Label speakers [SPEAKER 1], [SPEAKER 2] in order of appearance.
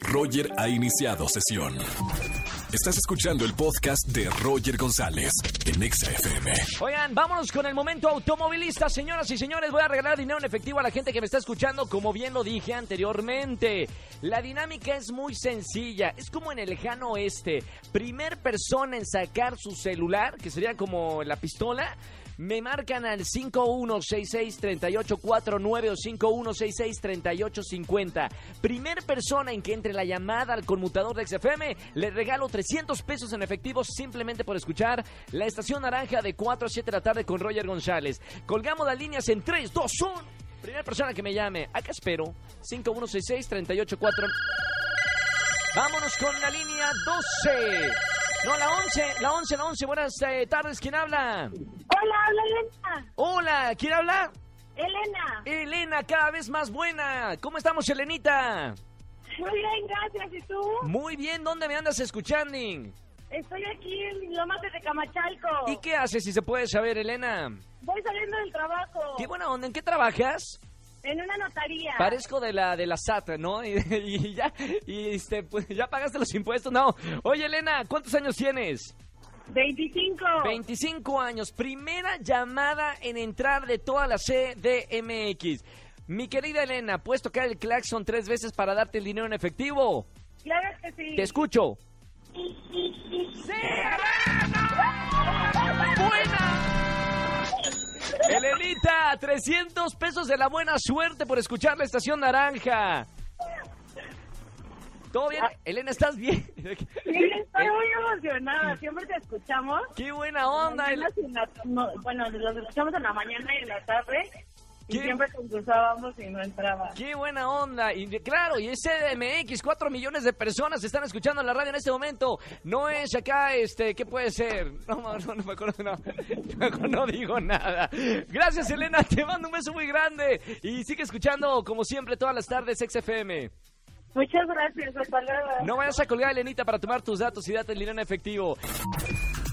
[SPEAKER 1] Roger ha iniciado sesión. Estás escuchando el podcast de Roger González en EXA-FM.
[SPEAKER 2] Oigan, vámonos con el momento automovilista, señoras y señores. Voy a regalar dinero en efectivo a la gente que me está escuchando, como bien lo dije anteriormente. La dinámica es muy sencilla, es como en el lejano oeste. Primer persona en sacar su celular, que sería como la pistola, me marcan al 5166-3849 o 5166-3850. Primer persona en que entre la llamada al conmutador de XFM, le regalo 300 pesos en efectivo simplemente por escuchar la estación naranja de 4 a 7 de la tarde con Roger González. Colgamos las líneas en 3, 2, 1. Primera persona que me llame, acá espero. 5166-3849. Vámonos con la línea 12. No, la 11, la 11, la 11. Buenas eh, tardes, ¿quién habla?
[SPEAKER 3] Hola, habla Elena.
[SPEAKER 2] Hola, ¿quién habla?
[SPEAKER 3] Elena.
[SPEAKER 2] Elena, cada vez más buena. ¿Cómo estamos, Elenita?
[SPEAKER 3] Muy bien, gracias. ¿Y tú?
[SPEAKER 2] Muy bien, ¿dónde me andas escuchando? ¿Y
[SPEAKER 3] Estoy aquí en Lomas de Tecamachalco.
[SPEAKER 2] qué haces, si se puede saber, Elena?
[SPEAKER 3] Voy saliendo del trabajo.
[SPEAKER 2] Qué buena onda, ¿en qué trabajas?
[SPEAKER 3] En una notaría.
[SPEAKER 2] Parezco de la de la SAT, ¿no? Y, y ya, y este, pues, ya pagaste los impuestos, no. Oye, Elena, ¿cuántos años tienes?
[SPEAKER 3] 25.
[SPEAKER 2] 25 años, primera llamada en entrar de toda la CDMX. Mi querida Elena, ¿puedes tocar el claxon tres veces para darte el dinero en efectivo?
[SPEAKER 3] Claro que sí.
[SPEAKER 2] Te escucho. ¡Sí, Elena! ¡Buena! Elenita, 300 pesos de la buena suerte por escuchar la Estación Naranja. ¿Todo bien? Elena, ¿estás bien?
[SPEAKER 3] Sí, estoy muy emocionada. Siempre te escuchamos.
[SPEAKER 2] ¡Qué buena onda! El-
[SPEAKER 3] Algunas en la- no, bueno, los escuchamos en la mañana y en la tarde. Y
[SPEAKER 2] ¿Qué?
[SPEAKER 3] siempre concursábamos y no entraba.
[SPEAKER 2] ¡Qué buena onda! Y de- claro, y es CDMX, 4 millones de personas están escuchando la radio en este momento. No es acá, este, ¿qué puede ser? No, no, no, no me acuerdo, no. Mejor no digo nada. Gracias, Elena, te mando un beso muy grande. Y sigue escuchando, como siempre, todas las tardes XFM.
[SPEAKER 3] Muchas gracias. Hasta luego.
[SPEAKER 2] No vayas a colgar, Elenita, para tomar tus datos y date el dinero en efectivo.